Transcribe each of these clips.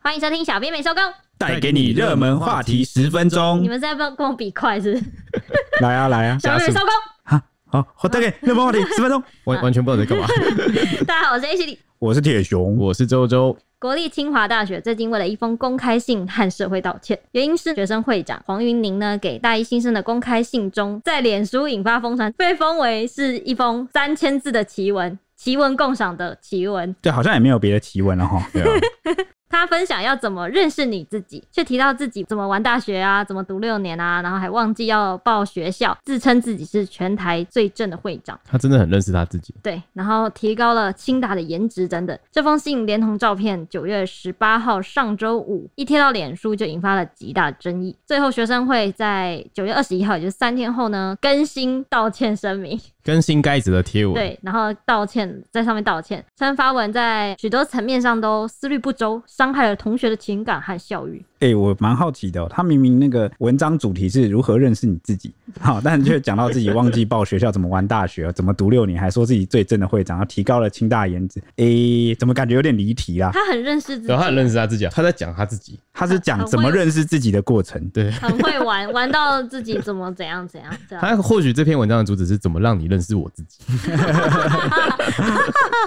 欢迎收听小编没收工。带给你热门话题十分你钟。们在不跟我比快是不是？ 来啊来啊，小编没收工。好，我 带给热门话题十分钟。完完全不知道在干嘛。 大家好，我是 H D。我是铁熊，我是周周，国立清华大学最近为了一封公开信和社会道歉，原因是学生会长黄云宁呢给大一新生的公开信中，在脸书引发疯传，被封为是一封三千字的奇文，奇文共赏的奇文。 对，好像也没有别的提问了哈。对啊，他分享要怎么认识你自己，却提到自己怎么玩大学啊，怎么读六年啊，然后还忘记要报学校，自称自己是全台最正的会长。他真的很认识他自己。对，然后提高了清达的颜值等等。这封信连同照片，九月十八号上周五一贴到脸书就引发了极大的争议。最后学生会在九月二十一号，也就是三天后呢，更新道歉声明，更新该子的贴文，对，然后道歉在上面道歉，称发文在许多层面上都思虑不周，伤害了同学的情感和校誉。哎、我蛮好奇的哦、他明明那个文章主题是如何认识你自己， 好，但却讲到自己忘记报学校，怎么玩大学，怎么读六年，还说自己最正的会长，然后提高了清大颜值。哎、怎么感觉有点离题啦？ 他很认识自己然后他很认识他自己啊，他在讲他自己，他是讲怎么认识自己的过程。对。很会玩， 玩到自己怎么怎样怎样这样，他或许这篇文章的主旨是怎么让你认识我自己。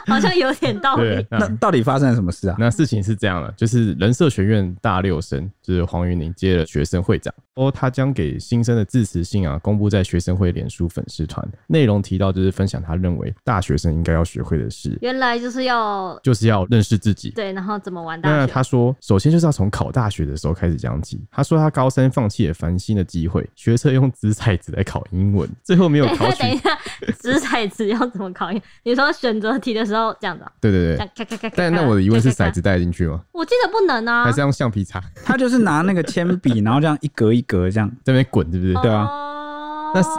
好像有点道理对。，那那到底发生了什么 事啊？那事情是这样的，就是人社学院大六生，就是黄云玲接了学生会长，哦，他将给新生的致辞信啊，公布在学生会脸书粉丝团，内容提到就是分享他认为大学生应该要学会的事，原来就是要就是要认识自己。对，然后怎么玩大那学？他说，首先就是要从考大学的时候开始讲起。他说他高三放弃了繁星的机会，学测用掷骰子来考英文，最后没有考 取等。一下，掷骰子要怎么考验？你说选择题的时候这样子啊，对这对对样。咔咔咔咔。但那我的疑问是，骰子，子带进去吗？我记得不能啊，还是用橡皮擦在他就是拿那个铅笔，然后这样一格一格这样，那边滚，对不对？哦对啊啊那是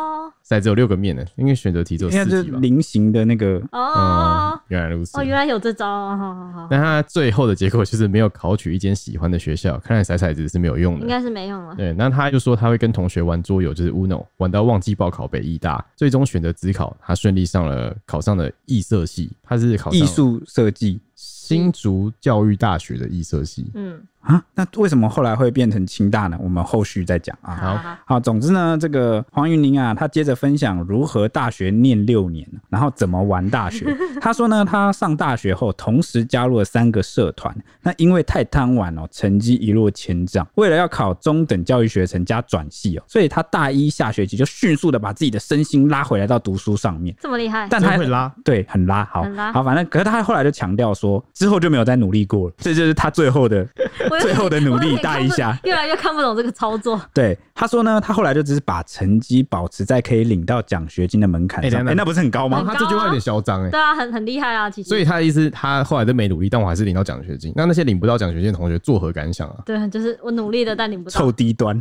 骰子有六个面呢，因为选择题只有因为它就四是题吧。菱形的那个 嗯哦，原来如此哦，。原来有这招哦，好好好，那他最后的结果就是没有考取一间喜欢的学校，看来骰骰子是没有用应的。该是没用了。对，那他就说他会跟同学玩桌游，就是 Uno，玩到忘记报考北艺大，最终选择只考，他顺利上了考上了艺社系，他是考上艺术设计新竹教育大学的艺社系。嗯，啊。那为什么后来会变成清大呢？我们后续再讲啊。好好好，好，总之呢，这个黄云玲啊，她接着分享如何大学念六年，然后怎么玩 大学。她说呢，她上大学后同时加入了三个社团，那因为太贪玩哦，成绩一落千丈。为了要考中等教育学程加转系哦，所以她大一下学期就迅速的把自己的身心拉回来到读书上面。这么厉害，但真他会拉，对，很拉，好，很拉好，反正可是他后来就强调说，之后就没有再努力过了，这就是他最后的我有点最后的努我有力点大看一不下，越来越看不懂这个操作。对，他说呢，他后来就只是把成绩保持在可以领到奖学金的门槛哎上，等哎、等那不是很高哇，吗？他这句话有点嚣张哎对。啊，很很厉害啊，其实。所以他的意思是，他后来都没努力，但我还是领到奖学金。那那些领不到奖学金的同学作何感想啊？对，就是我努力的，但领不到。臭低 端，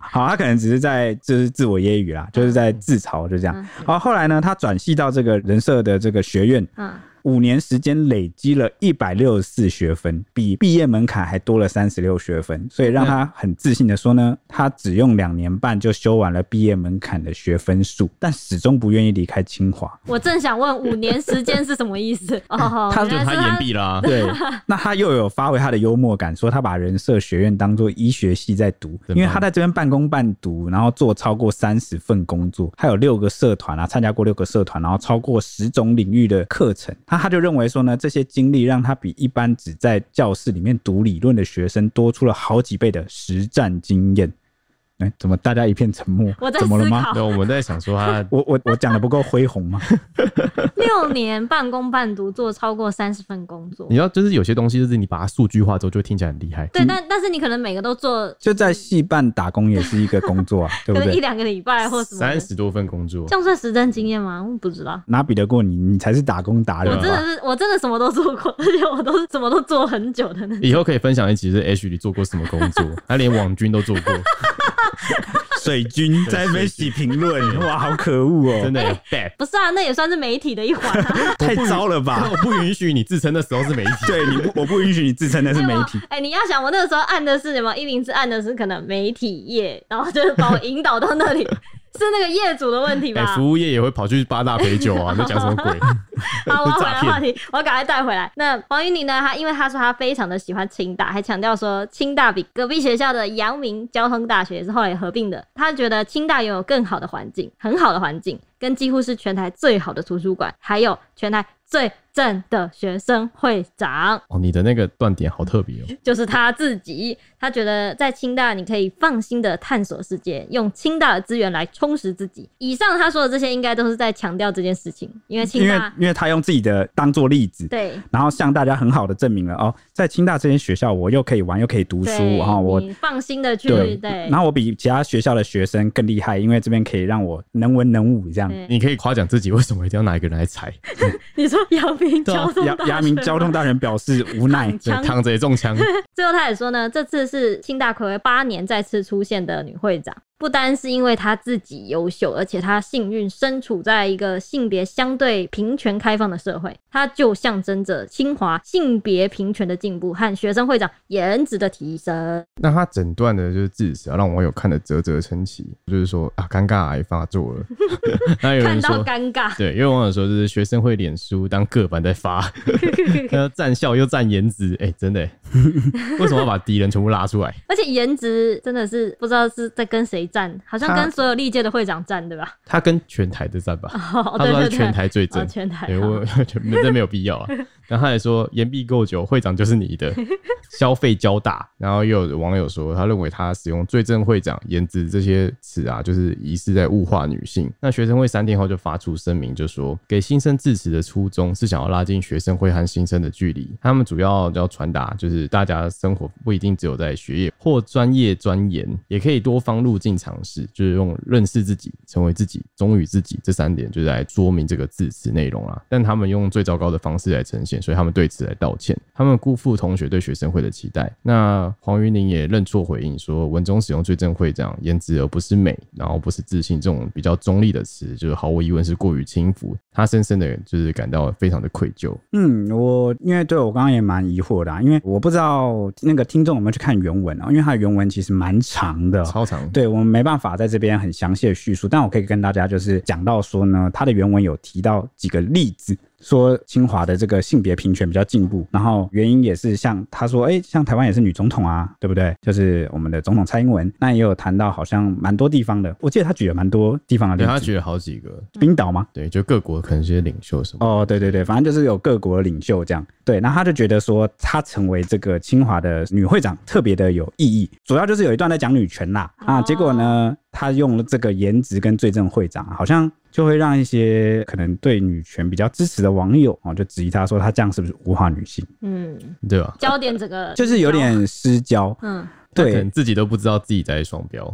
好，他可能只是在就是自我揶揄啦，就是在自嘲，就这样嗯。好，后来呢，他转系到这个人社的这个学院，嗯，五年时间累积了一百六十四学分，比毕业门槛还多了三十六学分，所以让他很自信的说呢，他只用两年半就修完了毕业门槛的学分数，但始终不愿意离开清华。我正想问五年时间是什么意思？哦， 他原来是啦、对，那他又有发挥他的幽默感，说他把人社学院当做医学系在读，真棒因为他在这边半工半读，然后做超过三十份工作，他有六个社团啊，参加过六个社团，然后超过十种领域的课程。他他就认为说呢，这些经历让他比一般只在教室里面读理论的学生多出了好几倍的实战经验。哎、怎么大家一片沉默？我在怎么了思吗？考那我们在想说他，我我我讲的不够恢宏吗？ 六年半工半读，做超过三十份工作你。知道，就是有些东西，就是你把它数据化之后，就会听起来很厉害。嗯对，但但是你可能每个都做，就在戏办打工也是一个工作啊，对可不能一对？两个礼拜或什么的。三十多份工作这，样算实战经验吗？我不知道。哪比得过你？你才是打工达我人吧。真 的是，我真的什么都做过，而且我都是什么都做很久的那种。以后可以分享一集是 H 里做过什么工 作，他连网军都做过，水军在那边洗评论， 哇，好可恶 哦、真的 bad。不是啊，那也算是媒体的一环 啊。太糟了那吧？ 我不允许你自称的时候是媒体， 对你 不，我不允许你自称那是媒体因为我。哎、你要想，我 那个时候按的是什么？一零四按的是可能媒体业，然后就是把我引导到那里。是那个业主的问题哎、吧？服务业也会跑去八大陪酒啊，那讲什么 鬼？好，我要回来诈骗话题，我要赶快带回来。那黄云玲呢？她因为她说她非常的喜欢清大，还强调说清大比隔壁学校的阳明交通大学也是后来合并的。她觉得清大拥有更好的环境，很好的环境，跟几乎是全台最好的图书馆，还有全台最正的学生会长。 哦，你的那个断点好特别哦。就是他自己。他觉得在清大你可以放心的探索世界，用清大的资源来充实自己。以上他说的这些，应该都是在强调这件事情，因为清因为大因为他用自己的当做例子，对。然后向大家很好的证明了哦，在清大这间学校，我又可以玩，又可以读书，对然后我你放心的去对对然，后我比其他学校的学生更厉害，因为这边可以让我能文能武这样。对你可以夸奖自己，为什么一定要拿一个人来踩？你说阳明啊交通亚大亚明学交通大学表示无奈躺，哎对枪躺着也中 枪，最后，他也说呢，这次是清大暌违八年再次出现的女会长，不单是因为她自己优秀，而且她幸运身处在一个性别相对平权开放的社会，她就象征着清华性别平权的进步和学生会长颜值的提升。那他整段的就是致辞啊，让网友看得啧啧称奇，就是说啊，尴尬癌发作 了。那有看人到说，尴尬，对，因为网友说就是学生会脸书当个版 在发，要站校又站颜值，哎、真的、欸，为什么要把敌人全部拉出来？而且颜值真的是不知道是在跟谁战，好像他跟所有历届的会长战，对吧？ 他跟全台的战吧，哦，他对说他对是对，全台最正哦，，全台对好我 觉得这没有必要 啊。然后他还说言必够久，会长就是你的，消费交大。然后又有网友说，他认为他使用“最正会长”“颜值”这些词啊，就是疑似在物化女性。那学生会三天后就发出声明，就说给新生致辞的初衷是想要拉近学生会和新生的距离，他们主要要传达就是大家生活不一定只有在学业或专业钻研，也可以多方路径尝试，就是用认识自己、成为自己、忠于自己这三点，就是来说明这个字词内容啦。但他们用最糟糕的方式来呈现，所以他们对此来道歉，他们辜负同学对学生会的期待。那黄云玲也认错回应说，文中使用“最正会长”颜值而不是美，然后不是自信这种比较中立的词，就是毫无疑问是过于轻浮。他深深的就是感到非常的愧疚。嗯，我因为对我刚刚也蛮疑惑的啊、因为我不知道那个听众有没有去看原文啊、因为它的原文其实蛮长的哦、超长，对我们没办法在这边很详细的叙述，但我可以跟大家就是讲到说呢，它的原文有提到几个例子，说清华的这个性别平权比较进步，然后原因也是像他说，哎，像台湾也是女总统啊，对不对？就是我们的总统蔡英文，那也有谈到好像蛮多地方的，我记得他举了蛮多地方的例对子，他举了好几个，冰岛吗？对，就各国可能这些领袖什么。哦，对对对，反正就是有各国领袖这样。对，那他就觉得说，他成为这个清华的女会长特别的有意义，主要就是有一段在讲女权啦。啊，哦结果呢，他用了这个颜值跟罪证会长，好像就会让一些可能对女权比较支持的网友哦，就质疑他说他这样是不是物化女性，嗯，对吧？焦点整个就是有点失焦。嗯，他可对能自己都不知道自己在双标。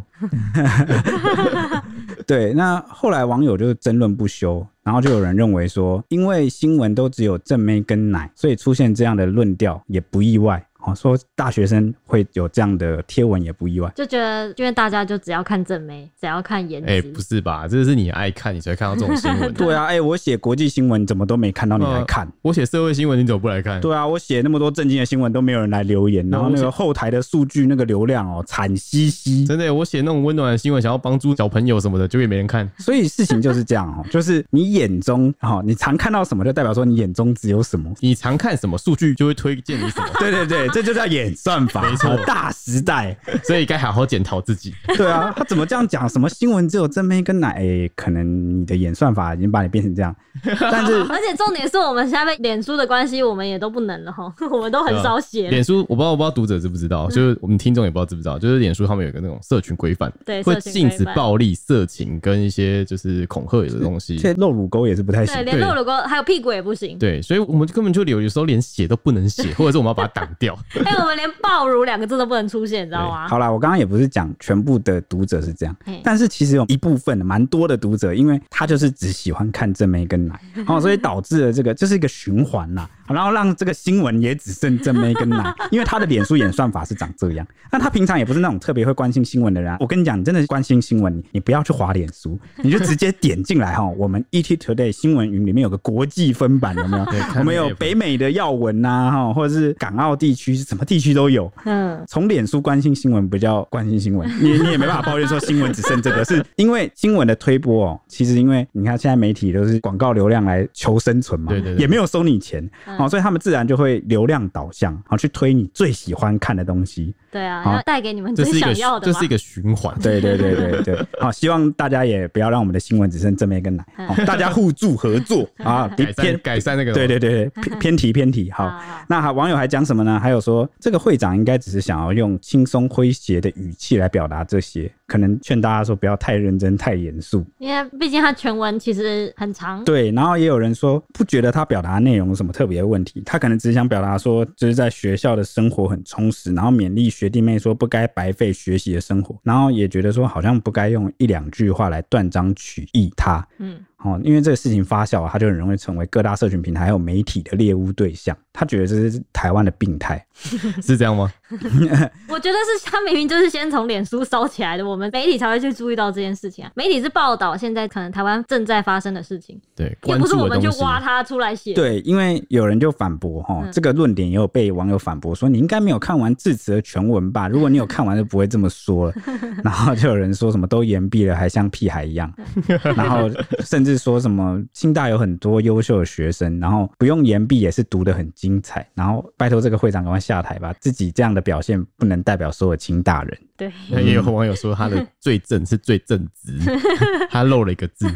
对，那后来网友就争论不休，然后就有人认为说，因为新闻都只有正妹跟奶，所以出现这样的论调也不意外。哦，说大学生会有这样的贴文也不意外。就觉得，因为大家就只要看正妹，只要看颜值，哎、不是吧？这是你爱看，你才会看到这种新 闻。对啊，哎、我写国际新闻怎么都没看到你嗯来看？我写社会新闻，你怎么不来看？对啊，我写那么多正经的新闻都没有人来留言，然后那个后台的数据那个流量哦，惨兮兮。真的，我写那种温暖的新闻，想要帮助小朋友什么的，就也没人看。所以事情就是这样哦，就是你眼中哦，你常看到什么，就代表说你眼中只有什么。 你常看什么数据，就会推荐你什么，对对对，这就叫演算法，没错大时代。所以该好好检讨自己。 对啊，他怎么这样讲？什么新闻只有正妹跟奶、欸可能你的演算法已经把你变成这样，但是而且重点是我们现在脸书的关系，我们也都不能了哈， 我们都很少写了。啊 脸书，我不知道，我不知道读者知不知嗯道，就是我们听众也不知道知不知道，就是脸书他们有一个那种社群规范，对会社群禁止规范暴力、色情跟一些就是恐吓的东西。这露乳沟也是不太行对，。连对肉乳沟还有屁股也不行。对，所以我们根本就有有时候连写都不能写，或者是我们要把它挡 掉。哎、我们连“爆乳”两个字都不能出现，你知道吗？好啦，我刚刚也不是讲全部的读者是这样啊嘿，但是其实有一部分蛮多的读者，因为他就是只喜欢看正妹跟奶，哦，所以导致了这个这是一个循环啦。然后让这个新闻也只剩正妹跟奶，因为他的脸书演算法是长这样。那他平常也不是那种特别会关心新闻的人、啊。我跟你讲，你真的关心新闻，你你不要去划脸书，你就直接点进来哈。我们 ET Today 新闻云里面有个国际分版，有没有？我们有北美的要闻呐，哈，或者是港澳地区，什么地区都有。嗯，从脸书关心新闻不叫关心新闻，你你也没办法抱怨说新闻只剩这个，是因为新闻的推播哦，其实因为你看现在媒体都是广告流量来求生存嘛，对对对也没有收你钱嗯哦，所以他们自然就会流量导向，好、去推你最喜欢看的东西。对啊，好要带给你们这最是一想个要的这嘛是一。个循环，对对对对对， 好、哦希望大家也不要让我们的新闻只剩正面跟奶，好、大家互助合作啊，比改偏善改善那个对对对对偏偏题偏题好。啊，那还网友还讲什么呢？还有说，这个会长应该只是想要用轻松诙谐的语气来表达这些，可能劝大家说不要太认真、太严肃。因为毕竟它全文其实很长，对，然后也有人说不觉得他表达内容有什么特别的问题，他可能只是想表达说，就是在学校的生活很充实，然后勉励学弟妹说不该白费学习的生活，然后也觉得说好像不该用一两句话来断章取义他。嗯，哦，因为这个事情发酵啊，他就很容易成为各大社群平台还有媒体的猎物对象。他觉得这是台湾的病态，是这样吗？我觉得是它明明就是先从脸书烧起来的，我们媒体才会去注意到这件事情啊。媒体是报道现在可能台湾正在发生的事情，对，也关不是我注的们就东西，挖它出来写。对，因为有人就反驳哈，嗯这个论点也有被网友反驳说，你应该没有看完致辞的全文吧？如果你有看完，就不会这么说了。然后就有人说什么都言毕了，还像屁孩一样，然后甚至说什么清大有很多优秀的学生，然后不用言毕也是读得很精彩。然后拜托这个会长赶快下台吧，自己这样的表现不能代表所有清大人。对， 那也有网友说他的最正是最正直，他漏了一个字，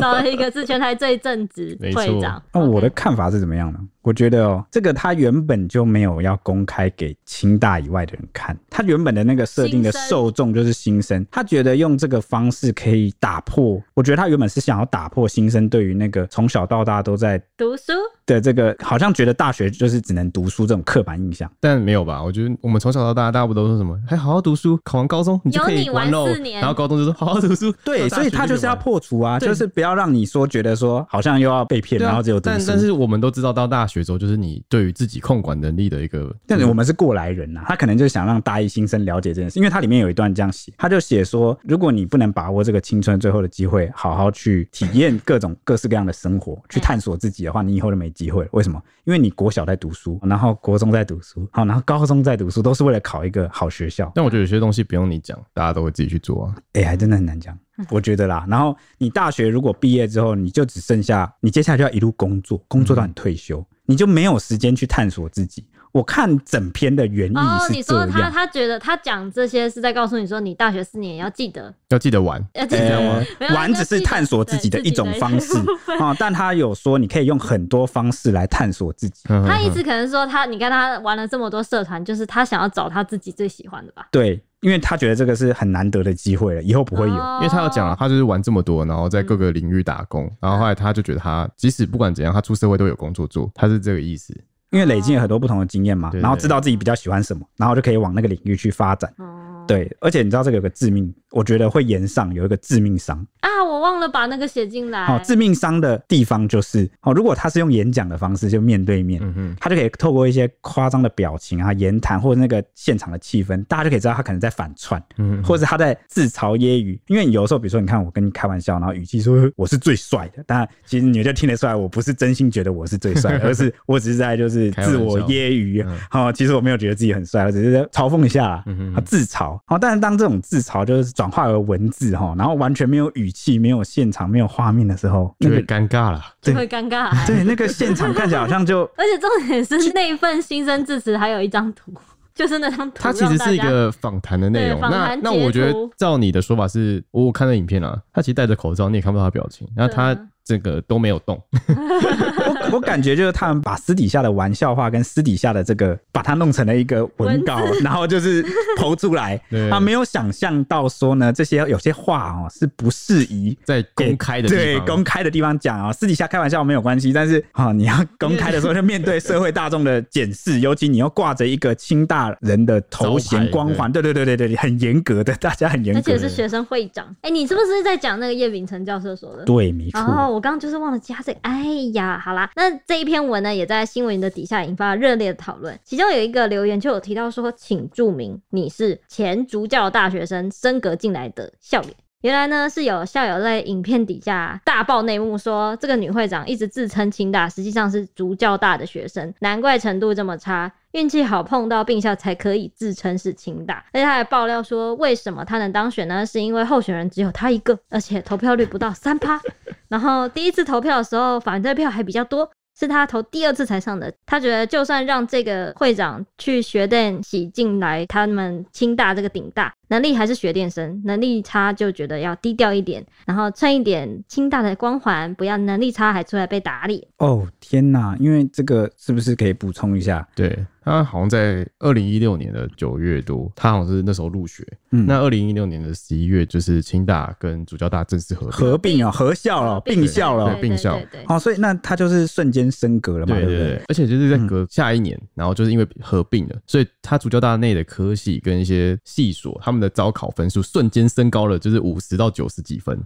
少了一个是全台最正直没错会长。那啊我的看法是怎么样呢？我觉得哦，这个他原本就没有要公开给清大以外的人看，他原本的那个设定的新生受众就是新生，他觉得用这个方式可以打破，我觉得他原本是想要打破新生对于那个从小到大都在读书，的这个，好像觉得大学就是只能读书这种刻板印象。但没有吧？我觉得我们从小到大，大家不都说什么？还好好读书，考完高中你就可以玩喽有你玩四。年然后高中就说好好读书，对，到大所以学他就就是要可以玩。破除啊，对就是不要让你说觉得说好像又要被骗，对啊然后只有读但书。但是我们都知道，到大学之后，就是你对于自己控管能力的一个，但是我们是过来人呐、他可能就想让大一新生了解这件事，因为它里面有一段这样写，他就写说，如果你不能把握这个青春最后的机会，好好去体验各种各式各样的生活，去嗯探索自己的话，你以后就没机会了。为什么？因为你国小在读书，然后国中在读书，好，然后高中在读书，都是为了考一个好学校。但我觉得有些东西不用你讲，大家都会自己去做啊。哎、还真的很难讲，嗯我觉得啦。然后你大学如果毕业之后，你就只剩下你接下来就要一路工作，工作到你退休，嗯你就没有时间去探索自己。我看整篇的原意哦，是你这说样。他他觉得他讲这些是在告诉你说，你大学四年也要记得， 要记得玩，要记得呃 没有，玩只是探索自己的一种方式对自己的一部分 啊、但他有说你可以用很多方式来探索自己。 他他一直嗯可能说他，你看他玩了这么多社团，就是他想要找他自己最喜欢的吧？对，因为他觉得这个是很难得的机会了，以后不会有。啊哦嗯因为他有讲了，啊他就是玩这么多，然后在各个领域打工，然后后来他就觉得他即使不管怎样，他出社会都有工作做，他是这个意思。因为累积了很多不同的经验嘛，对然后知道自己比较喜欢什么，然后就可以往那个领域去发展。哦对，而且你知道这个有个致命，我觉得会延上有一个致命伤。啊，我忘了把那个写进来。好、致命伤的地方就是，哦，如果他是用演讲的方式，就面对面，嗯哼，他就可以透过一些夸张的表情啊、言谈或者那个现场的气氛，大家就可以知道他可能在反串。嗯或者他在自嘲揶揄，因为你有的时候，比如说你看我跟你开玩笑，然后语气说我是最帅的，但其实你就听得出来，我不是真心觉得我是最帅的，而 是我只是在就是自我揶揄开玩笑，哦，其实我没有觉得自己很帅，我只是在嘲讽一下啦，嗯哼啊自嘲。哦，但是当这种自嘲就是转化为文字哈，然后完全没有语气、没有现场、没有画面的时候，那就个会尴尬了。就会尴尬。啊对那个现场看起来好像就而且重点是那一份新生致辞还有一张图， 就是那张图。它其实是一个访谈的内容。对访那谈那截我觉得图，照你的说法是，我看了影片啊，他其实戴着口罩，你也看不到他表情，那他对啊这个都没有动。 我我感觉就是他们把私底下的玩笑话跟私底下的这个，把它弄成了一个文稿， 然后就是投出来 对。他没有想象到说呢，这些有些话哦是不适宜在给公开的地方对公开的地方讲啊、哦，私底下开玩笑没有关系，但是啊、哦你要公开的时候就面对社会大众的检视，尤其你又挂着一个清大人的头招衔牌光环，对对对对对，很严格的，大家很严而格且。是学生会长。哎、你是不是在讲那个叶秉成教授说的？对，没错。哦，我刚刚就是忘了加这个。哎呀，好啦，那这一篇文呢，也在新闻的底下引发热烈的讨论。其中有一个留言就有提到说，请注明你是前主教大学生升格进来的笑脸。原来呢是有校友在影片底下大爆内幕说，这个女会长一直自称清大，实际上是竹教大的学生，难怪程度这么差。运气好碰到并校才可以自称是清大，而且他还爆料说，为什么他能当选呢？是因为候选人只有他一个，而且投票率不到三趴。然后第一次投票的时候，反对票还比较多，是他投第二次才上的。他觉得就算让这个会长去学电洗进来，他们清大这个顶大能力还是学电生，能力差就觉得要低调一点，然后蹭一点清大的光环，不要能力差还出来被打脸。哦天哪！因为这个是不是可以补充一下？对他好像在二零一六年的九月多，他好像是那时候入学。嗯那二零一六年的十一月，就是清大跟主教大正式合并。合并哦，合校了，并校了对哦对啊并校啊对对对哦，所以那他就是瞬间升格了嘛，对对不对对，而且就是在隔下一年，然后就是因为合并了，所以他主教大内的科系跟一些系所，他们的招考分数瞬间升高了，就是五十到九十几分。嗯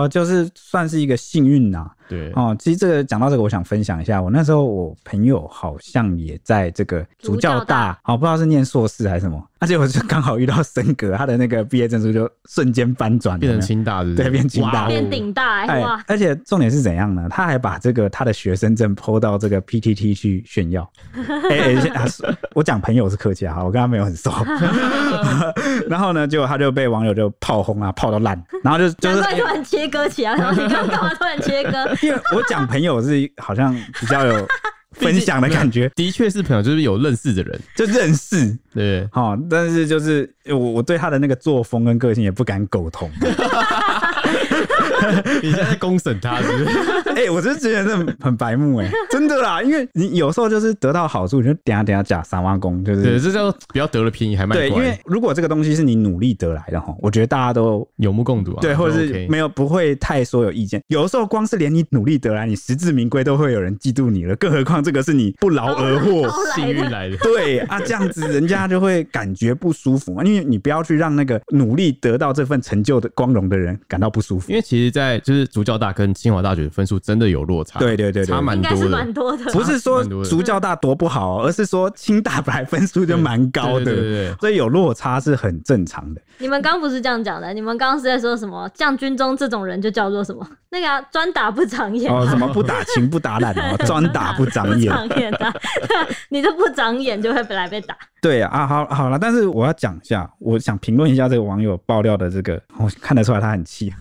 哦，就是算是一个幸运呐、对，哦，其实这个讲到这个，我想分享一下，我那时候我朋友好像也在这个主主教教大，好、不知道是念硕士还是什么，而且我就刚好遇到升格，他的那个毕业证书就瞬间翻转，变有没有成清大是不是对变清大哇哦变顶大、欸、哎 哇！，而且重点是怎样呢？他还把这个他的学生证 PO 到这个 PTT 去炫 耀。哎、哎先啊是我讲朋友是客气啊，我跟他没有很 熟。 然后呢，结果他就被网友就炮轰啊，炮到烂。然后 就就难是、怪突然切割起来，然后你刚刚干嘛突然切割？因为我讲朋友是好像比较有分享的感觉，的确是朋友，就是有认识的人。就认识。 对，好、但是就是我我对他的那个作风跟个性也不敢苟 同。你现在在公审他是不是？哎、我就觉得这很白目哎、真的啦，因为你有时候就是得到好处，你就等下等下假三万公，就是对，这叫不要得了便宜还卖对，因为乖，如果这个东西是你努力得来的哈，我觉得大家都。有目共睹啊。对，或者就 OK 是没有不会太说有意见。有的时候光是连你努力得来，你实至名归都会有人嫉妒你了，更何况这个是你不劳而偷哦获。来的幸运来的。对 啊，这样子人家就会感觉不舒服嘛，因为你不要去让那个努力得到这份成就的光荣的人感到不舒服因。为其实，在就是主教大跟清华大学的分数真的有落差，对对对对差， 蛮应该是多的。蛮多的。不是说蛮多的主教大多不好哦，而是说清大本来分数就蛮高 对对的，对对所以有落差是很正常的。你们刚不是这样讲的，你们刚刚是在说什么？像军中这种人就叫做什么？ 那个啊专、打不长眼。啊哦，什么 不打情不打懒 哦，专打不长眼。不长眼的、 你这不长眼就会本来被打。对啊，好好了，但是我要讲一下，我想评论一下这个网友爆料的这个，我看得出来他很 气，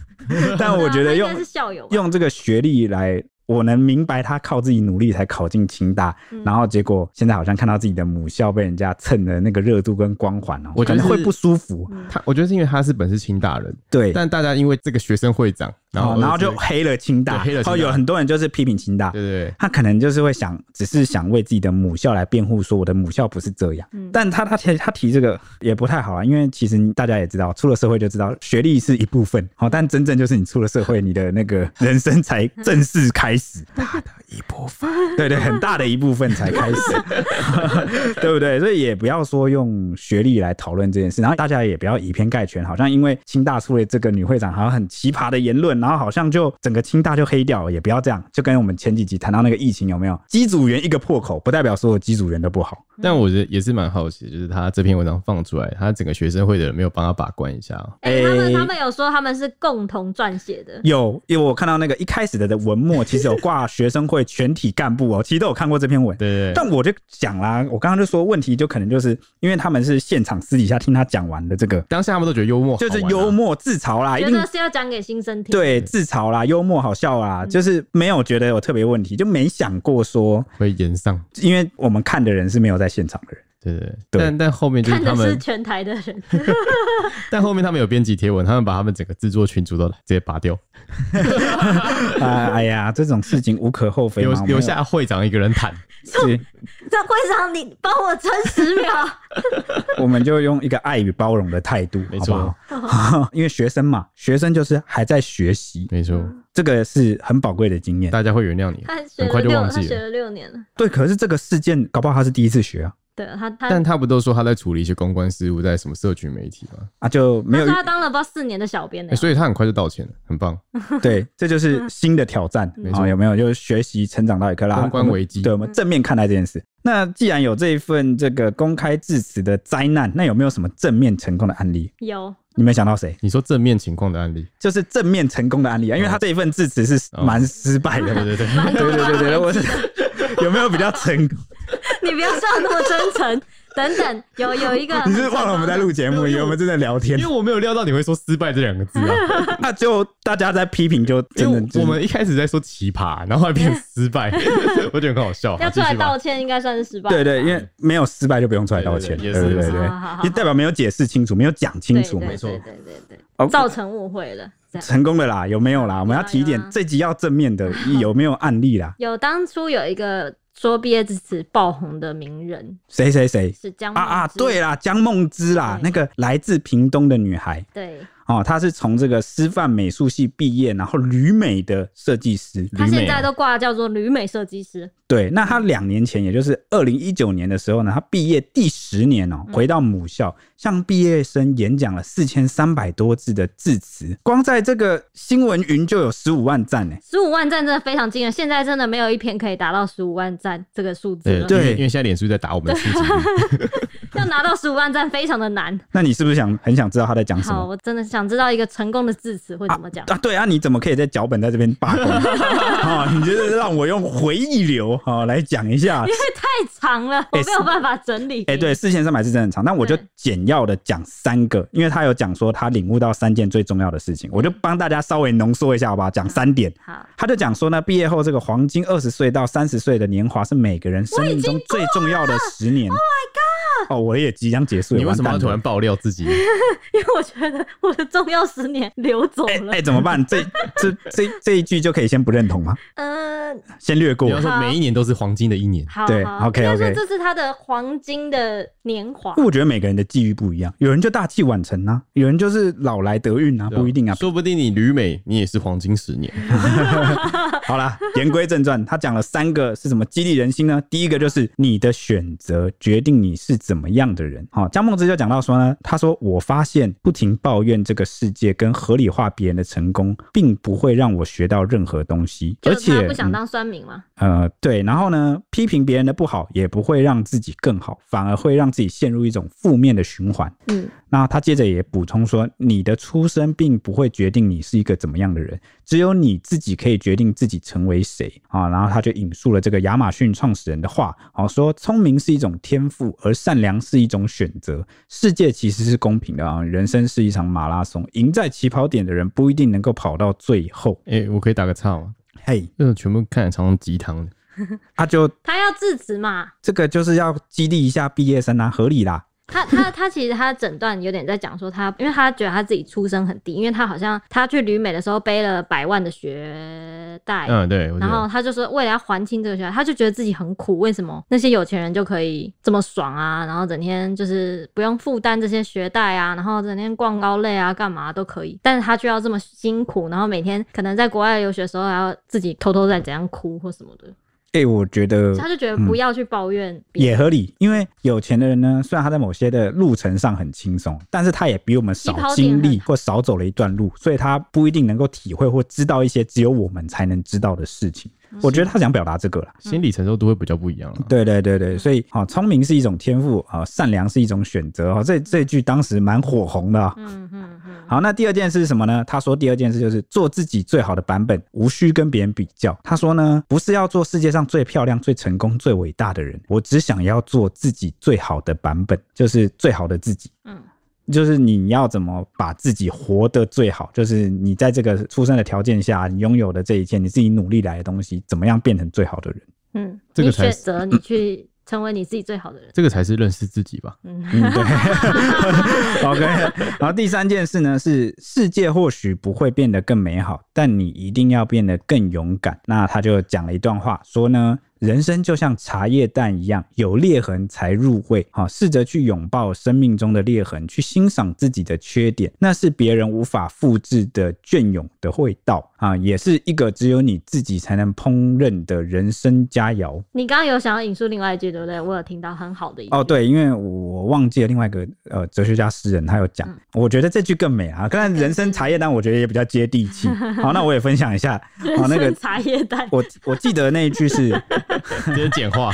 但我觉得啊应 用该是校友吧，用这个学历来，我能明白他靠自己努力才考进清大，嗯然后结果现在好像看到自己的母校被人家蹭的那个热度跟光环哦，我觉可得能是会不舒服，他我觉得是因为他是本是清大人，对。但大家因为这个学生会长，然后哦然后就啊黑了清大，对黑了然清后大有很多人就是批评清大，对对他可能就是会想，只是想为自己的母校来辩护，说我的母校不是这样。嗯但他他提他提这个也不太好啊，因为其实大家也知道，出了社会就知道学历是一部分，好、但真正就是你出了社会，你的那个人生才正式开始， 大的一部分，对对，很大的一部分才开始，对不对？所以也不要说用学历来讨论这件事，然后大家也不要以偏概全，好像因为清大出了这个女会长好像很奇葩的言论，然后好像就整个清大就黑掉了，也不要这样，就跟我们前几集谈到那个疫情有没有，机组员一个破口，不代表所有机组员都不好。嗯但我觉得也是蛮好奇，就是他这篇文章放出来，他整个学生会的人没有帮他把关一下哦、哎、他们哎他们有说他们是共同撰写的，有，因为我看到那个一开始的的文末，其实有挂学生会全体干部哦，其实都有看过这篇文。对对对，但我就讲啦，我刚刚就说问题就可能就是因为他们是现场私底下听他讲完的这个，当下他们都觉得幽默、啊就是幽，默自嘲啦，一觉定得是要讲给新生听。，对自嘲啦、幽默好笑啦，嗯就是没有觉得有特别问题，就没想过说，会演上，因为我们看的人是没有在现场的 人。对对对。对但但后面就是看他的是们，全台的人， 但后面他们有编辑贴文，他们把他们整个制作群组都直接拔掉，啊，哎呀，这种事情无可厚非留嘛，我们留下会长一个人谈。嗯是这会长你帮我撑十秒。 我们就用一个爱与包容的态度，好没不错好？ 因为学生嘛，学生就是还在学习，没错，这个是很宝贵的经验。大家会原谅你。他学很了快就六，忘他记了学了六年了。对，可是这个事件搞不好他是第一次学啊，对他他但他不都说他在处理一些公关事务，在什么社群媒体吗？啊，就没他有说他当了不知道四年的小编呢、哎，所以他很快就道歉了，很棒。 对，这就是新的挑战没，好、嗯错有没有？就是学习成长到一克拉公关危机嗯对我们正面看待这件事。那既然有这一份这个公开致辞的灾难，那有没有什么正面成功的案例？有你们想到谁？你说正面情况的案例， 就是正面成功的案例啊，因为哦他这一份致辞是蛮失败的。对对对，蛮 对多对的对对，我 是有没有比较成功？ 你不要笑那么真诚。等等，有有一个 你是忘了我们在录节目，以为我们正在聊天因为我没有料到你会说失败这两 个字啊， 那就大家在批评，就因真的为就是我们一开始在说奇葩，然后还变失败， 我觉得很好笑。啊要出来继续吧道歉，应该算是失败。对对，因为没有失败就不用出来道歉，对对对对对对也也是对是好好好，也代表没有解释清楚，没有讲清对楚，对没错对，对对对哦对，造成误会了。这样 成功的啦，有没有啦？我们要提一点有啊，这集要正面的，有没有案 例啦？有当初有一个说毕业致辞爆红的名人谁谁谁？是江啊梦啊，之对啦，江梦之啦，对那个来自屏东的女孩对，哦，她是从这个师范美术系毕业，然后旅美的设计师。他旅美现在啊都挂叫做旅美设计师。对，那她两年前，也就是二零一九年的时候呢，她毕业第十年嗯哦，回到母校，向毕业生演讲了四千三百多字的致辞，光在这个新闻云就有十五万赞呢。十五万赞真的非常惊人，现在真的没有一篇可以达到十五万赞这个数字对了。对因为现在脸书在打我们 的数据，要拿到十五万赞非常的难。那你是不是想很想知道她在讲什好，么？我真的想知道一个成功的致辞会怎么讲。啊，对啊，你怎么可以在脚本在这边 罢工？啊、你就是让我用回忆流啊、来讲一下因。为太长了，我没有办法整理。哎、对，，四千三百字真的很长，但我就对简要的讲三个，因为他有讲说他领悟到三件最重要的事情，我就帮大家稍微浓缩一下，好不好？讲三点。好， 他就讲说呢，毕业后这个黄金二十岁到三十岁的年华是每个人生命中最啊重要的十年。Oh my god！哦，我也即将结束了，你为什么完要蛋突了啊然爆料自己？因为我觉得我的重要十年流走哎了哎、。怎么办？这这这这一句就可以先不认同吗？嗯、先略过你。要说每一年都是黄金的一年，好，对好，OK，应该说 OK 嗯这是他的黄金的年华。我觉得每个人的际遇不一样，有人就大器晚成啊，有人就是老来得运 啊，不一 定啊。说不定你旅美你也是黄金十年。好啦，言归正传，他讲了三个是什么激励人心呢？第一个就是你的选择决定你是怎么样的人。好、江梦之就讲到说呢，他说我发现不停抱怨这个世界跟合理化别人的成功，并不会让我学到任何东西，而就是他且不想当酸民嘛，呃，对，然后呢，批评别人的不好也不会让自己更好，反而会让自己陷入一种负面的循环。嗯，那他接着也补充说，你的出身并不会决定你是一个怎么样的人，只有你自己可以决定自己成为谁啊。然后他就引述了这个亚马逊创始人的话，好、说聪明是一种天赋，而善良是一种选择。世界其实是公平的啊，人生是一场马拉松，赢在起跑点的人不一定能够跑到最后。哎，我可以打个岔吗？嘿，这种全部看起来常常鸡汤的，他、就他要致辞嘛。这个就是要激励一下毕业生啊，合理啦。他 他他其实他诊断有点在讲说他，因为他觉得他自己出身很低，因为他好像他去旅美的时候背了百万的学贷，嗯，对，我觉哎然后得他就说为了要还清这个学贷，他就觉得自己很苦，为什么那些有钱人就可以这么爽啊？然后整天就是不用负担这些学贷啊，然后整天逛高类啊，干嘛都可以，但是他却要这么辛苦，然后每天可能在国外留学的时候还要自己偷偷在怎样哭或什么的，哎、我觉得他就觉得不要去抱怨别也人。合理，因为有钱的人呢，虽然他在某些的路程上很轻松，但是他也比我们起少跑点经历很或少走了一段路，所以他不一定能够体会或知道一些只有我们才能知道的事情。嗯我觉得他想表达这个啦。心理承受度会比较不一样了。啊对对嗯对对，所以好，聪明是一种天赋啊、善良是一种选择啊、这这句当时蛮火红的啊、嗯嗯嗯，好，那第二件事是什么呢？他说第二件事就是做自己最好的版本，无需跟别人比较。他说呢，不是要做世界上最漂亮、最成功、最伟大的人，我只想要做自己最好的版本，就是最好的自己。嗯。就是你要怎么把自己活得最好，就是你在这个出生的条件下，你拥有的这一切，你自己努力来的东西，怎么样变成最好的人？嗯，这个你才选是择你去成为你自己最好的人。这个才是认识自己吧。嗯，嗯， 对，OK。然后第三件事呢是，世界或许不会变得更美好，但你一定要变得更勇敢。那他就讲了一段话，说呢，人生就像茶叶蛋一样，有裂痕才入味。哈、试着去拥抱生命中的裂痕，去欣赏自己的缺点，那是别人无法复制的隽永的味道啊，也是一个只有你自己才能烹饪的人生佳肴。你刚刚有想要引述另外一句，对不对？我有听到很好的一句哦，，对，因为我忘记了另外一个呃哲学家诗人，他有讲，嗯我觉得这句更美啊。当然，人生茶叶蛋我觉得也比较接地气。 好，那我也分享一下，好、哦那个是茶叶蛋。我我记得那一句是 直接简 化，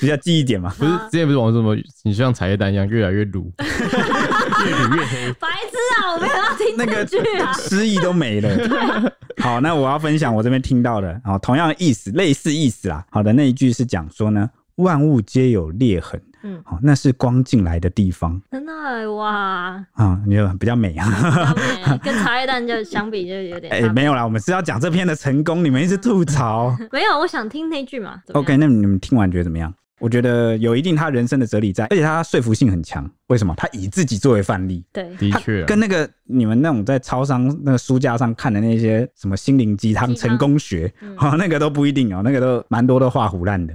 比较记忆点嘛，不是之前不是网说什么，你就像茶叶蛋一样越来越卤，越卤越黑。白痴啊！我没有要听那这个句啊。诗意都没了。 好，那我要分享我这边听到的，好，同样的意思，类似意思啦。好的，那一句是讲说呢，万物皆有裂痕，嗯，好，那是光进来的地方真的哇，啊，你就比较美啊。 超美欸跟茶叶蛋就相比就有点哎、差别没有啦，我们是要讲这篇的成功，你们一直吐槽。没有，我想听那句嘛。怎么样 OK，那你们听完觉得怎么样？我觉得有一定他人生的哲理在，而且他说服性很强。为什么？他以自己作为范例，对，的他确啊，跟那个你们那种在超商那个书架上看的那些什么心灵鸡汤、鸡汤成功学，嗯哦，那个都不一定哦，那个都蛮多都画胡烂的。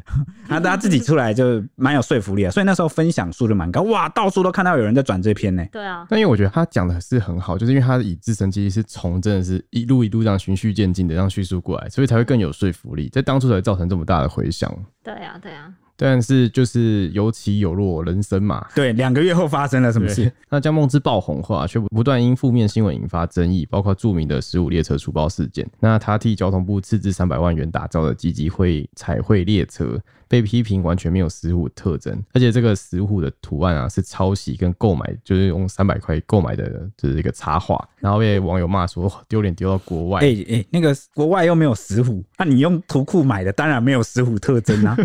啊，大家自己出来就蛮有说服力的，啊所以那时候分享数就蛮高，哇，到处都看到有人在转这篇呢。对啊，但因为我觉得他讲的是很好，就是因为他以自身经历是从真的是一路一路这样循序渐进的这样叙述过来，所以才会更有说服力，在当初才会造成这么大的回响。对啊，对啊。但是就是有起有落，人生嘛，对，两个月后发生了什么事对？ 那将梦之爆红化，却不断因负面新闻引发争议，包括著名的十五列车出包事件。那他替交通部斥资三百万元打造的积极会彩绘列车，被批评完全没有石虎特征，而且这个石虎的图案啊是抄袭跟购买，就是用三百块购买的，就是一个插画，然后被网友骂说哇丢脸丢到国外。哎哎、那个国外又没有石虎，那、你用图库买的，当然没有石虎特征啊。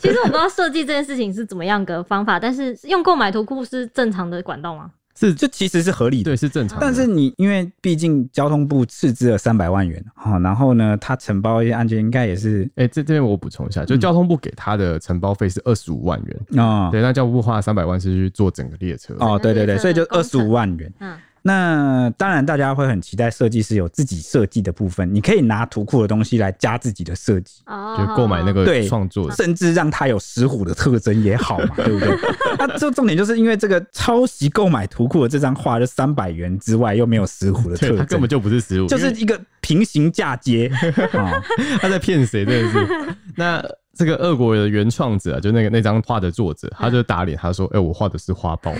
其实我不知道设计这件事情是怎么样个方法，但是用购买图库是正常的管道吗？是，这其实是合理的。对，是嗯正常的。但是你因为毕竟交通部斥资了三百万元，好、然后呢，他承包一些案件，应该也是哎、这这边我补充一下，就交通部给他的承包费是二十五万元，嗯哦对，那交通部花了三百万是去做整个列车。哦，对对对，所以就工二十程五万元。嗯，那当然，大家会很期待设计师有自己设计的部分，你可以拿图库的东西来加自己的设计，哦， 就购买那对个创作嗯者甚至让它有石虎的特征也好 嘛，对不对？那这重点就是因为这个抄袭购买图库的这张画，就三百元之外又没有石虎的对，特他根征本。就不是食物，就是因一个平行嫁 接啊、为他在骗谁？真的 是。那这个俄国的原创者啊，就那个那张画的作者，他就打脸，他嗯说：“哎、我画的是花 豹。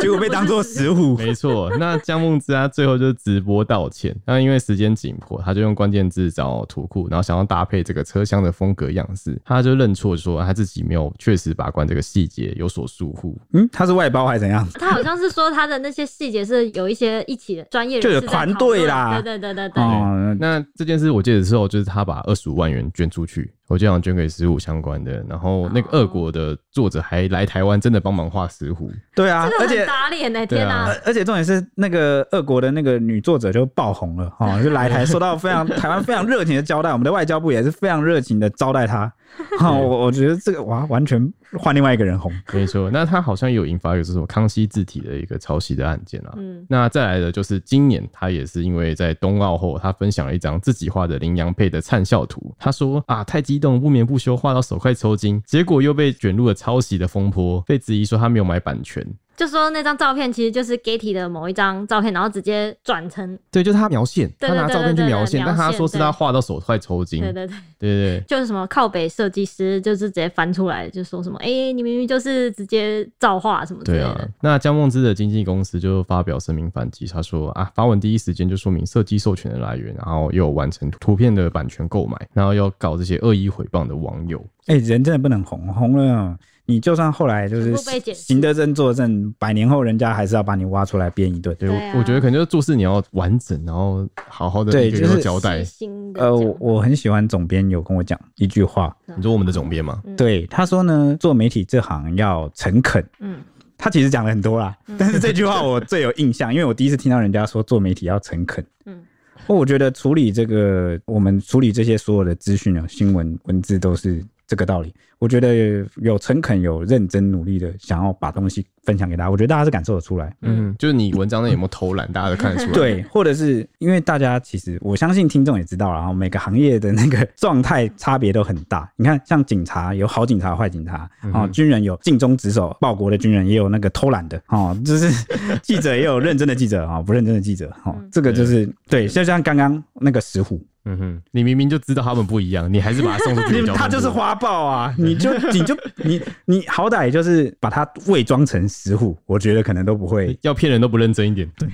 结果被当做石虎”没错。那江梦之他最后就直播道歉，那因为时间紧迫，他就用关键字找图库，然后想要搭配这个车厢的风格样式，他就认错说他自己没有确实把关这个细节，有所疏忽。嗯，他是外包还是怎样？他好像是说他的那些细节是有一些一起的专业人就有士在讨团队啦论对对对对对，哦，那这件事我记得之后，就是他把二十五万元捐出去，我就想捐给石虎相关的。然后那哦个俄国的作者还来台湾，真的帮忙画石虎。对啊这，个而且很打脸呢，对天啊哪！而而且重点是，那个俄国的那个女作者就爆红了 哦，就来台受到非常台湾非常热情的招待，我们的外交部也是非常热情的招 待她。哈、我我觉得这个哇，完全换另外一个人红。没错，那他好像有引发有这种康熙字体的一个抄袭的案件啊。嗯，那再来的就是今年，他也是因为在冬奥后，他分享了一张自己画的羚羊配的灿笑图。他说啊，太激动，不眠不休，画到手快抽筋，结果又被卷入了抄袭的风波，被质疑说他没有买版权。就说那张照片其实就是 Getty 的某一张照片，然后直接转成，嗯对，就是他描线，对他拿对对照片去对对描线，描但他线说是对他画到手快抽筋。对对对，对对就是什么靠北设计师，就是直接翻出来就说什么，哎、你明明就是直接造画什么之类对的。啊，那江梦之的经纪公司就发表声明反击，他说啊，发文第一时间就说明设计授权的来源，然后又有完成图片的版权购买，然后要搞这些恶意诽谤的网友。哎、人真的不能红，红了你就算后来就全是部被检视行得正坐得正，百年后人家还是要把你挖出来编一顿。对，对啊我我觉得可能就是做事你要完整，然后好好的对一个一就是个交代细。心的呃，讲我我很喜欢总编有跟我讲一句话，你说我们的总编嘛，对他说呢，做媒体这行要诚恳，嗯，他其实讲了很多啦，但是这句话我最有印象，因为我第一次听到人家说做媒体要诚恳。嗯我觉得处理这个，我们处理这些所有的资讯啊、新闻文字都是这个道理。我觉得有诚恳、有认真努力的想要把东西分享给大家，我觉得大家是感受得出来。嗯，就是你文章内有没有偷懒，大家都看得出来。，对，或者是因为大家其实我相信听众也知道啦，然后每个行业的那个状态差别都很大。你看，像警察有好警察、坏警察，哦，军人有尽忠职守、报国的军人，也有那个偷懒的，哦，就是 记者也有认真的记者啊、哦，不认真的记者，哦，这个就是对，就像刚刚那个石虎，嗯哼，你明明就知道他们不一样，你还是把他送出 去你比较恐怖。他就是花豹啊！你 就你就你你好歹就是把它伪装成石虎，我觉得可能都不会要骗人都不认真一点。对，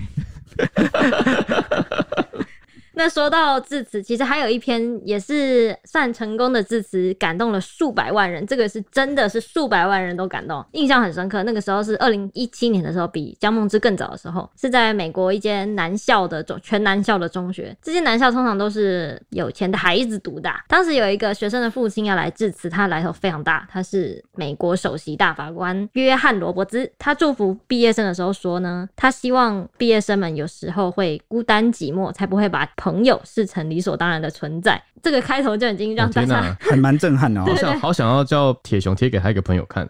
那说到致辞，其实还有一篇也是算成功的致辞，感动了数百万人。这个是真的是数百万人都感动，印象很深刻。那个时候是二零一七年的时候，比江梦之更早的时候，是在美国一间男校的中全男校的中学。这些男校通常都是有钱的孩子读的啊。当时有一个学生的父亲要来致辞，他来头非常大，他是美国首席大法官约翰罗伯兹。他祝福毕业生的时候说呢，他希望毕业生们有时候会孤单寂寞，才不会把朋友视成理所当然的存在。这个开头就已经让哦大天家、哪，还蛮震撼的哦好。想好想要叫铁熊贴给他一个朋友看。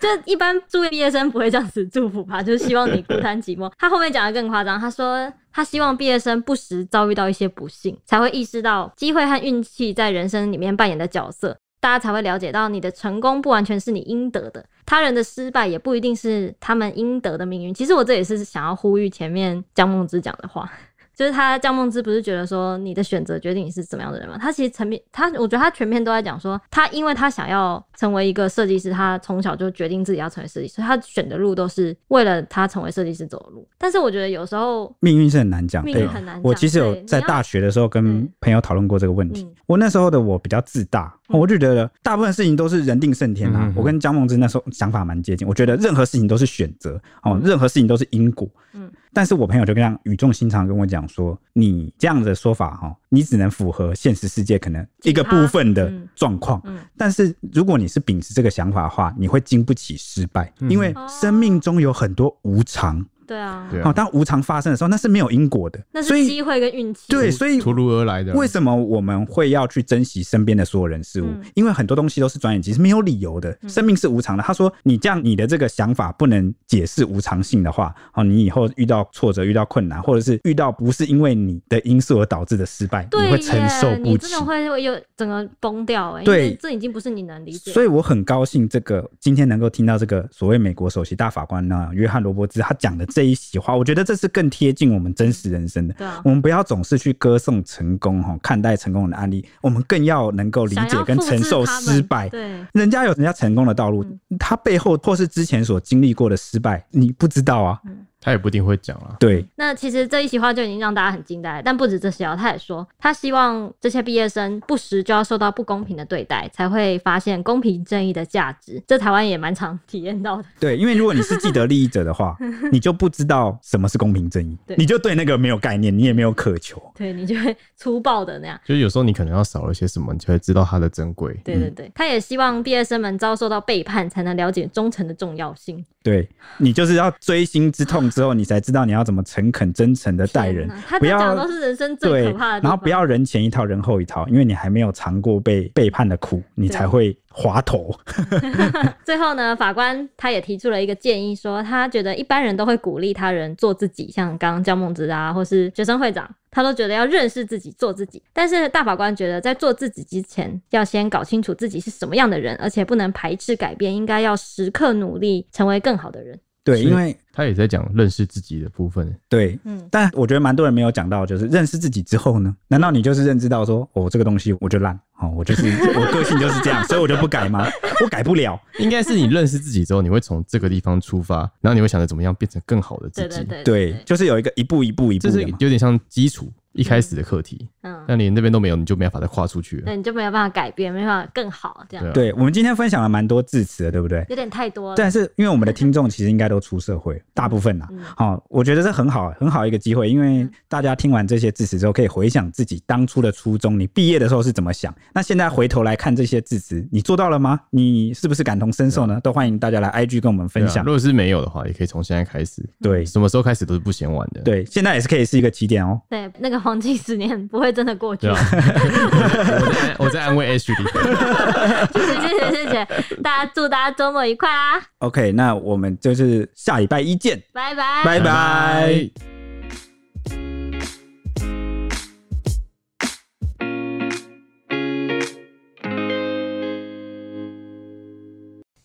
就一般作为毕业生不会这样子祝福吧，就是希望你孤单寂寞。他后面讲的更夸张，他说他希望毕业生不时遭遇到一些不幸，才会意识到机会和运气在人生里面扮演的角色，大家才会了解到你的成功不完全是你应得的，他人的失败也不一定是他们应得的命运。其实我这也是想要呼吁前面江梦之讲的话。就是他江梦之不是觉得说你的选择决定你是怎么样的人吗？他其实层面，他我觉得他全篇都在讲说，他因为他想要成为一个设计师，他从小就决定自己要成为设计师，所以他选的路都是为了他成为设计师走的路。但是我觉得有时候命运是很难讲，命对运，很难讲。我其实有对在大，学的时候跟对朋友讨论过这个问题嗯。我那时候的我比较自大，嗯我就觉得大部分事情都是人定胜天啊嗯。我跟江梦之那时候想法蛮接近，我觉得任何事情都是选择哦嗯，任何事情都是因果。嗯但是我朋友就这样语重心长地跟我讲说，你这样的说法哈，你只能符合现实世界可能一个部分的嗯状况，嗯但是如果你是秉持这个想法的话，你会经不起失败，嗯因哦为生命中有很多无常。你要对啊，对好、哦啊当无常发生的时候，那是没有因果的，那所是以机会跟运气。对，所以突如而来的，为什么我们会要去珍惜身边的所有人事物？嗯因为很多东西都是转眼即逝，没有理由的。生命是无常的。他说，你这样你的这个想法不能解释无常性的话，哦，你以后遇到挫折、遇到困难，或者是遇到不是因为你的因素而导致的失败，对你会承受耶不你真起的。会会有整个崩掉哎、欸，对因为这已经不是你能理解的。所以我很高兴，这个今天能够听到这个所谓美国首席大法官呢，约翰罗伯兹他讲的这一席话，我觉得这是更贴近我们真实人生的。对啊我，们不要总是去歌颂成功哈，看待成功的案例，我们更要能够理想解要跟复承制受他失们败。对，嗯人家有人家成功的道路，他背后或是之前所经历过的失败，你不知道嗯啊。他也不一定会讲啊。对，那其实这一席话就已经让大家很惊呆了，但不止这些哦，他也说他希望这些毕业生不时就要受到不公平的对待，才会发现公平正义的价值。这台湾也蛮常体验到的。对，因为如果你是既得利益者 的话，你就不知道什么是公平正义对，你就对那个没有概念，你也没有渴求。对你就会粗暴的那样。就是有时候你可能要少了些什么，你就会知道它的珍贵。对嗯对对，他也希望毕业生们遭受到背叛，才能了解忠诚的重要性。对你就是要锥心之痛之后，你才知道你要怎么诚恳真诚的待人天哪，他不在要讲的都是人生最对，可怕的地方。然后不要人前一套，人后一套，因为你还没有尝过被背叛的苦，你才会滑头。 最后呢，法官他也提出了一个建议说，他觉得一般人都会鼓励他人做自己，像刚刚江梦之啊，或是学生会长，他都觉得要认识自己，做自己。但是大法官觉得，在做自己之前，要先搞清楚自己是什么样的人，而且不能排斥改变，应该要时刻努力成为更好的人。对，是因为他也在讲认识自己的部分。对，嗯，但我觉得蛮多人没有讲到，就是认识自己之后呢，难道你就是认知到说，哦，这个东西我就烂，哦，我就是 我个性就是这样，所以我就不改吗？ 我改不了。应该是你认识自己之后，你会从这个地方出 发，然后你会想着怎么样变成更好的自对己。对对对，就是有一个一步一步一步这是的嘛。有点像基础一开始的课题，嗯，那你那边都没有，你就没办法再跨出去了。那你就没有办法改变，没办法更好，这样对啊对，我们今天分享了蛮多字词的，对不对？有点太多了。但是因为我们的听众其实应该都出社会，大部分啦嗯，好、我觉得这很好，很好一个机会，因为大家听完这些字词之后，可以回想自己当初的初衷，你毕业的时候是怎么想。那现在回头来看这些字词，你做到了吗？你是不是感同身受呢？都欢迎大家来 IG 跟我们分对啊享如。果是没有的话，也可以从现在开始，对嗯什么时候开始都是不嫌晚的。，对，现在也是可以是一个起点哦。对，那个黄金十年不会真的过去对。啊吧？我在啊安我在安慰 H 里， 谢谢谢谢谢谢大家，祝大家周末愉快啦， OK，那我们就是下礼拜一见，拜拜。拜拜。